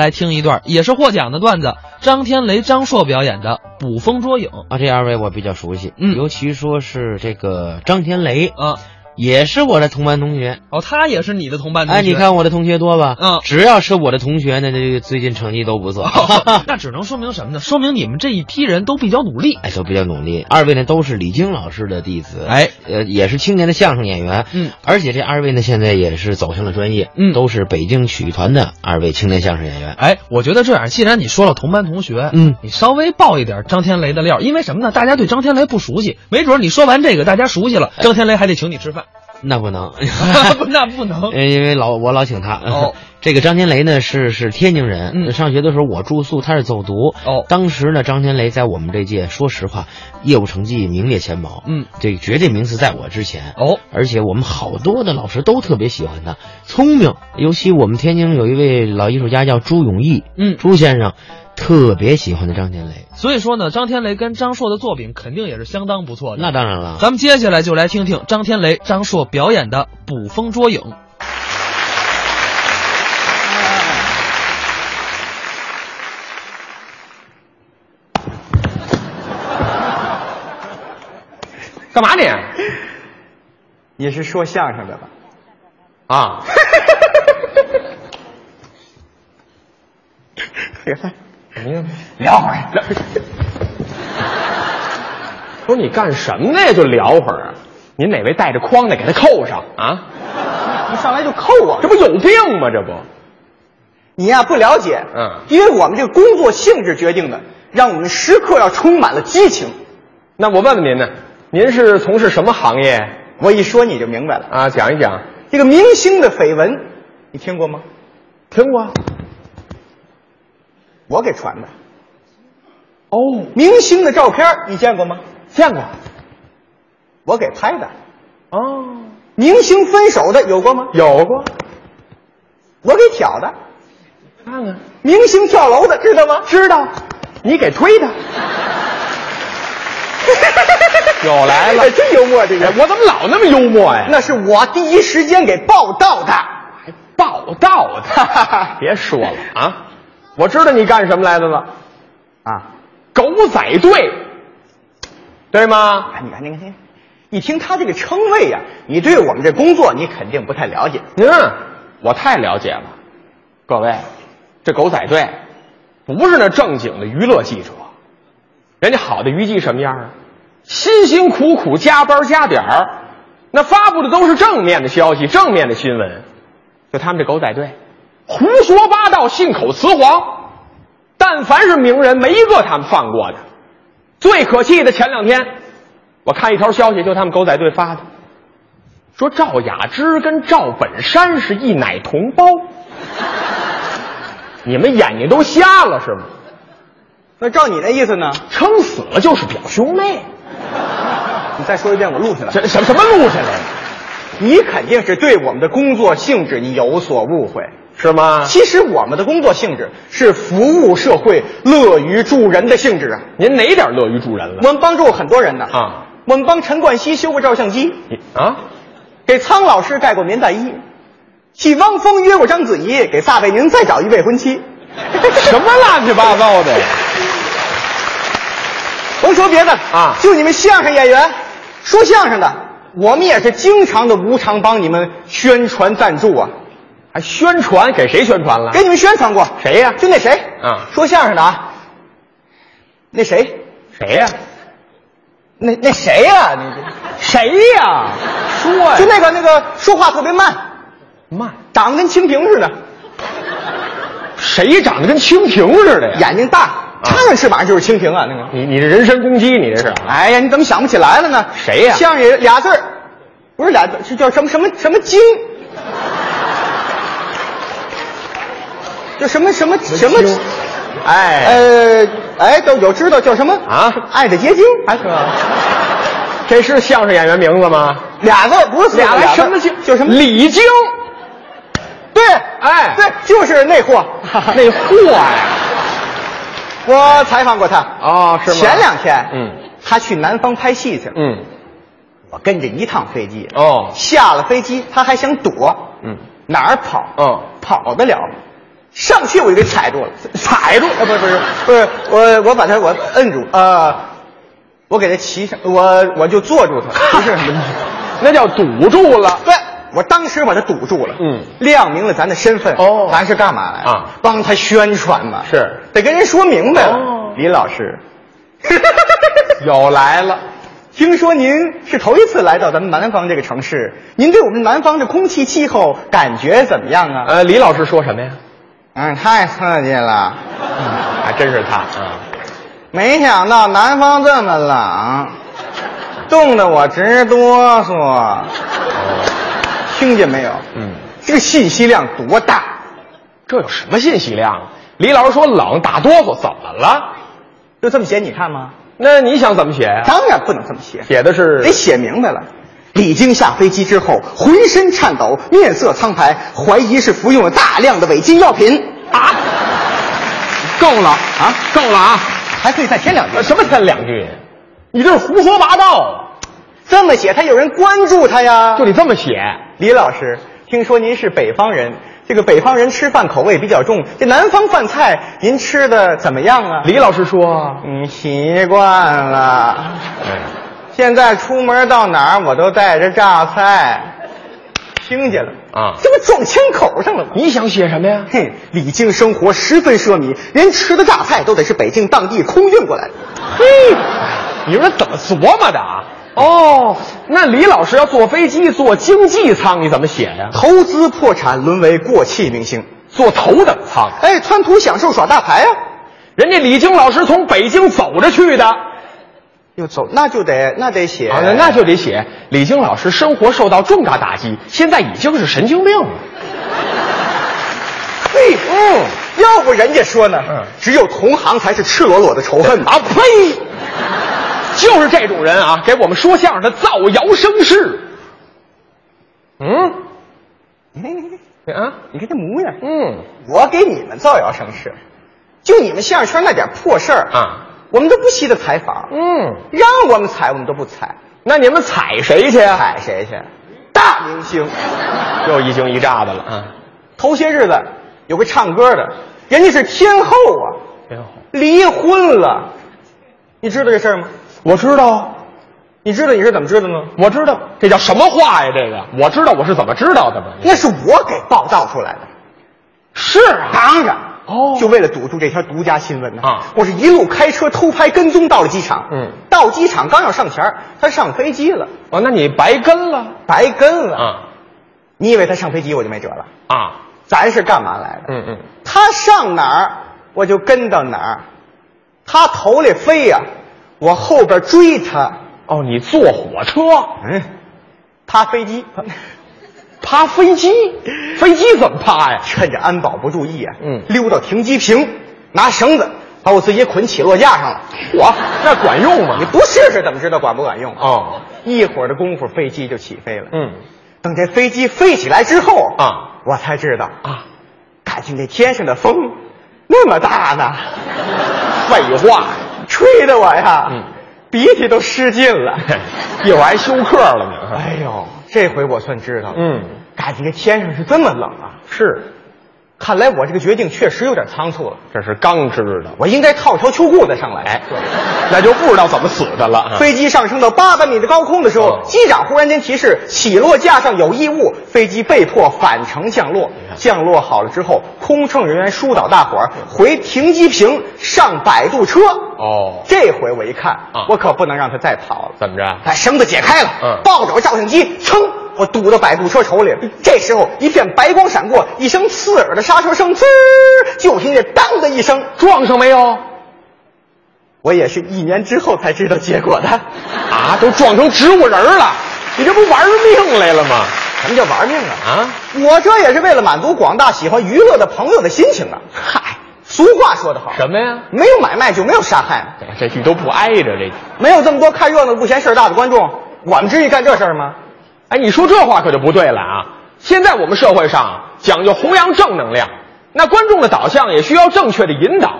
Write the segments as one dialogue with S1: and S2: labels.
S1: 来听一段也是获奖的段子，张天雷、张硕表演的《捕风捉影》。
S2: 啊，这二位我比较熟悉，
S1: 嗯
S2: 尤其说是这个张天雷，
S1: 啊，
S2: 也是我的同班同学。
S1: 哦，他也是你的同班同学。
S2: 哎，你，看我的同学多吧？
S1: 嗯
S2: 只要是我的同学，那这最近成绩都 不错，
S1: 那只能说明什么呢？说明你们这一批人都比较努力。
S2: 哎，都比较努力。二位呢都是李菁老师的弟子，，
S1: 哎，
S2: 呃，也是青年的相声演员，
S1: 嗯，
S2: 而且这二位呢现在也是走向了专业，
S1: 嗯
S2: 都是北京曲艺团的二位青年相声演员。
S1: 哎，我觉得这样，既然你说了同班同学，
S2: 嗯，
S1: 你稍微爆一点张天雷的料，因为什么呢？大家对张天雷不熟悉，没准你说完这个，大家熟悉
S2: 哎
S1: 了，张天雷还得请你 吃饭，
S2: 那不 能，
S1: 那不能。
S2: 呃，因为老我老请他。
S1: 哦
S2: 这个张天雷呢是是天津人，
S1: 嗯
S2: 上学的时候我住宿，他是走读。
S1: 哦
S2: 当时呢，张天雷在我们这届，说实话，业务成绩名列前茅，
S1: 嗯，
S2: 这绝对名次在我之前。
S1: 哦，
S2: 而且我们好多的老师都特别喜欢他，聪明。尤其我们天津有一位老艺术家叫朱永义，
S1: 嗯，
S2: 朱先生特别喜欢的张天雷。
S1: 所以说呢，张天雷跟张硕的作品肯定也是相当不错的。
S2: 那当然了，
S1: 咱们接下来就来听听张天雷、张硕表演的《捕风捉影》。
S3: 干嘛你？
S4: 你是说相声的吧？
S3: 啊，
S4: 哎聊会儿，
S3: 不是你干什么呢？就聊会儿啊。您哪位带着筐的，给他扣上啊？
S4: 你上来就扣我
S3: 这。不有病吗？这不，
S4: 你呀、不了解，
S3: 嗯
S4: 因为我们这个工作性质决定的，让我们时刻要充满了激情。
S3: 那我问问您呢，您是从事什么行业
S4: 我一说你就明白了，
S3: 啊？讲一讲。
S4: 这个明星的绯闻，你听过吗？
S3: 听过。啊
S4: 我给传的。
S3: 哦，
S4: 明星的照片你见过吗？
S3: 见过。
S4: 我给拍的。
S3: 哦，
S4: 明星分手的有过吗？
S3: 有过。
S4: 我给挑的。
S3: 看看，
S4: 明星跳楼的知道吗？
S3: 知道。你给推的。 又来了
S4: 哎 真幽默这
S3: 哎
S4: 人。
S3: 我怎么老那么幽默呀？
S4: 那是我第一时间给报道的。
S3: 还报道 的，别说了啊！我知道你干什么来的了，
S4: 啊，
S3: 狗仔队，对吗？
S4: 啊，你看，你看，你看，一听他这个称谓呀、你对我们这工作你肯定不太了解。
S3: 您啊，我太了解了，各位，这狗仔队不是那正经的娱乐记者，人家好的娱记什么样啊？辛辛苦苦加班加点儿，那发布的都是正面的消息、正面的新闻。就他们这狗仔队，胡说八道、信口雌黄，但凡是名人，没一个他们放过的。最可气的，前两天我看一条消息，就他们狗仔队发的，说赵雅芝跟赵本山是一奶同胞，你们眼睛都瞎了是吗？
S4: 那照你那意思呢？
S3: 撑死了就是表兄妹，
S4: 你再说一遍，我录下来。
S3: 这什什么录下来的？
S4: 你肯定是对我们的工作性质你有所误会。
S3: 是吗？
S4: 其实我们的工作性质是服务社会、乐于助人的性质啊。
S3: 您哪点乐于助人
S4: 我
S3: 了？
S4: 们帮助很多人呢。
S3: 啊，
S4: 我们帮陈冠希修过照相机，
S3: 你啊，
S4: 给苍老师盖过棉大衣，替汪峰约过章子怡，给撒贝宁再找一未婚妻。
S3: 什么乱七八糟的呀？
S4: 甭说别的
S3: 啊
S4: 就你们相声演员，说相声的，我们也是经常的无偿帮你们宣传赞助啊，
S3: 还宣传给谁宣传了？
S4: 给你们宣传过。
S3: 啊谁呀
S4: 就那谁
S3: 啊
S4: 说相声的啊，那谁，
S3: 谁呀、
S4: 那那谁呀、你
S3: 谁呀、说呀、
S4: 就那个那个说话特别慢，
S3: 慢，
S4: 长得跟蜻蜓似的，
S3: 啊谁长得跟蜻蜓似的呀？
S4: 眼睛大，
S3: 啊
S4: 插上翅膀就是蜻蜓啊，那个。
S3: 你你这人身攻击，你这是？
S4: 哎呀，你怎么想不起来了呢？
S3: 谁呀
S4: 相声也俩字儿，不是俩字儿，是叫什么什么什么精。叫什么什么什么？
S3: 哎
S4: 呃，哎，都有知道叫什么
S3: 啊
S4: 爱的结晶，还是
S3: 这是相声演员名字吗？
S4: 俩字儿不是四个
S3: 俩
S4: 字
S3: 来
S4: 儿
S3: 什么京？
S4: 叫什么？
S3: 李菁，
S4: 对，
S3: 哎
S4: 对，就是那货，
S3: 那货呀！
S4: 我采访过他
S3: 哦是吗
S4: 前两天，
S3: 嗯，
S4: 他去南方拍戏去了，
S3: 嗯，
S4: 我跟着一趟飞机，
S3: 哦
S4: 下了飞机他还想躲，
S3: 嗯，
S4: 哪儿跑？
S3: 哦
S4: 跑得了吗？上去我就给踩住了，踩住，啊，不是不是不是，我我把他我摁住，呃，我给他骑上，我我就坐住他， 不是什么
S3: 那叫堵住了。
S4: 对，我当时把他堵住了，
S3: 嗯，
S4: 亮明了咱的身份，
S3: 哦
S4: 咱是干嘛来的
S3: 啊
S4: 帮他宣传嘛，
S3: 是
S4: 得跟人说明白了。
S3: 哦
S4: 李老师，
S3: 有来了，
S4: 听说您是头一次来到咱们南方这个城市，您对我们南方的空气气候感觉怎么样啊？
S3: 呃，李老师说什么呀？
S4: 嗯，太刺激了，嗯
S3: 还真是他啊，
S4: 没想到南方这么冷，冻得我直哆嗦。听见没有？
S3: 嗯，
S4: 这个信息量多大？
S3: 这有什么信息量啊？李老师说冷打哆嗦，怎么了？
S4: 就这么写你看吗？
S3: 那你想怎么写哎呀、
S4: 当然不能这么写，
S3: 写的是
S4: 得写明白了。李菁下飞机之后，浑身颤抖，面色苍白，怀疑是服用了大量的违禁药品。
S3: 啊，够了啊，够了啊！
S4: 还可以再添两句
S3: 呃。什么三两句？你这是胡说八道！啊
S4: 这么写，他有人关注他呀。
S3: 就你这么写，
S4: 李老师，听说您是北方人，这个北方人吃饭口味比较重，这南方饭菜您吃的怎么样啊？
S3: 李老师说，
S4: 嗯，习惯了，
S3: 哎，
S4: 现在出门到哪儿我都带着榨菜，听见了
S3: 啊
S4: 这不撞枪口上了吗？
S3: 你想写什么呀？
S4: 嘿，李菁生活十分奢靡，连吃的榨菜都得是北京当地空运过来的。
S3: 嘿， 你说怎么琢磨的啊？哦，那李老师要坐飞机坐经济舱，你怎么写呀、
S4: 投资破产，沦为过气明星。
S3: 坐头等舱，
S4: 哎，贪图享受耍大牌啊！
S3: 人家李菁老师从北京走着去的，啊，
S4: 又走，那就得那得写，
S3: 那那就得写李菁老师生活受到重大打击，现在已经是神经病了。
S4: 嘿，嗯，要不人家说呢，
S3: 嗯
S4: 只有同行才是赤裸裸的仇恨嘛。
S3: 啊呸！就是这种人啊，给我们说相声的造谣生事。嗯，啊，
S4: 你看这模样，
S3: 嗯，
S4: 我给你们造谣生事，就你们相声圈那点破事儿
S3: 啊，
S4: 我们都不惜的采访，
S3: 嗯，
S4: 让我们采我们都不采，
S3: 那你们踩谁去啊？
S4: 踩谁去？大明星。
S3: 又一惊一乍的了啊！
S4: 头些日子有个唱歌的，人家是天后啊，
S3: 哎呦，
S4: 离婚了，你知道这事儿吗？
S3: 我知道，啊
S4: 你知道你是怎么知道呢？
S3: 我知道，这叫什么话呀？这个我知道，我是怎么知道的吗？
S4: 那是我给报道出来的。
S3: 是啊，
S4: 当然，
S3: 哦
S4: 就为了堵住这条独家新闻呢
S3: 啊
S4: 我是一路开车偷拍跟踪到了机场，
S3: 嗯
S4: 到机场刚要上前儿，他上飞机了，
S3: 哦，那你白跟了
S4: 白跟了。
S3: 啊
S4: 你以为他上飞机我就没辙了？
S3: 啊！
S4: 咱是干嘛来的？
S3: 嗯嗯，
S4: 他上哪儿我就跟到哪儿，他头里飞呀、我后边追他。
S3: 哦，你坐火车，
S4: 嗯，趴 飞机，
S3: 趴飞机，飞机怎么趴呀？
S4: 趁着安保不注意啊，
S3: 嗯
S4: 溜到停机坪，拿绳子把我自己捆起落架上了。
S3: 我那管用吗
S4: 你？不试试怎么知道管不管用？
S3: 哦，
S4: 一会儿的功夫，飞机就起飞了。
S3: 嗯
S4: 等这飞机飞起来之后
S3: 啊，
S4: 我才知道，
S3: 啊，
S4: 感情这天上的风那么大呢，
S3: 废话，
S4: 吹得我呀，
S3: 嗯
S4: 鼻涕都湿尽了。
S3: 一会儿还休克了呢。啊
S4: 哎呦，这回我算知道了，
S3: 嗯，
S4: 感情这天上是这么冷啊！
S3: 是，
S4: 看来我这个决定确实有点仓促了，
S3: 这是刚知道，
S4: 我应该套条秋裤再上来。
S3: 哎，那就不知道怎么死的了啊。
S4: 飞机上升到八百米的高空的时候
S3: 哦，
S4: 机长忽然间提示起落架上有异物，飞机被迫返程降落。
S3: 哎
S4: 降落好了之后，空乘人员疏导大伙儿回停机坪上摆渡车。
S3: 哦，
S4: 这回我一看
S3: 啊，
S4: 我可不能让他再跑了。
S3: 怎么着？
S4: 把哎绳子解开了
S3: 嗯，
S4: 抱着我照相机，噌，我堵到摆渡车头里。这时候一片白光闪过，一声刺耳的刹车声，滋儿，就听见当的一声。
S3: 撞上没有？
S4: 我也是一年之后才知道结果的。
S3: 啊，都撞成植物人了，你这不玩命来了吗？
S4: 什么叫玩命啊？
S3: 啊，
S4: 我这也是为了满足广大喜欢娱乐的朋友的心情啊！嗨，俗话说得好，
S3: 什么呀？
S4: 没有买卖就没有杀害嘛，
S3: 这句都不挨着这句。
S4: 没有这么多看热闹不嫌事儿大的观众，我们至于干这事儿吗？
S3: 哎，你说这话可就不对了啊！现在我们社会上讲究弘扬正能量，那观众的导向也需要正确的引导，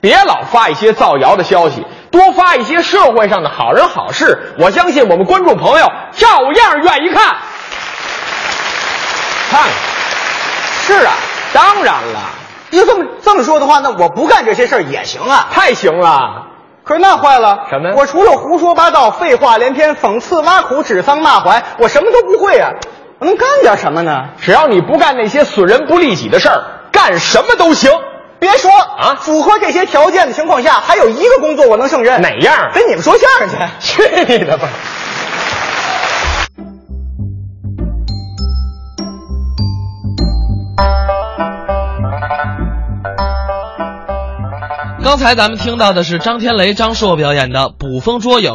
S3: 别老发一些造谣的消息，多发一些社会上的好人好事。我相信我们观众朋友照样愿意看。看看，
S4: 是啊，
S3: 当然了，
S4: 要这么这么说的话，那我不干这些事儿也行啊。
S3: 太行了，
S4: 可是那坏了，
S3: 什么呀
S4: 我除了胡说八道、废话连篇、讽刺、挖苦、指桑骂槐，我什么都不会啊。我能干点什么呢？
S3: 只要你不干那些损人不利己的事儿，干什么都行。
S4: 别说
S3: 啊
S4: 符合这些条件的情况下，还有一个工作我能胜任，
S3: 哪样？啊
S4: 跟你们说相声去。
S3: 去你的吧！
S1: 刚才咱们听到的是张天雷、张硕表演的《捕风捉影》，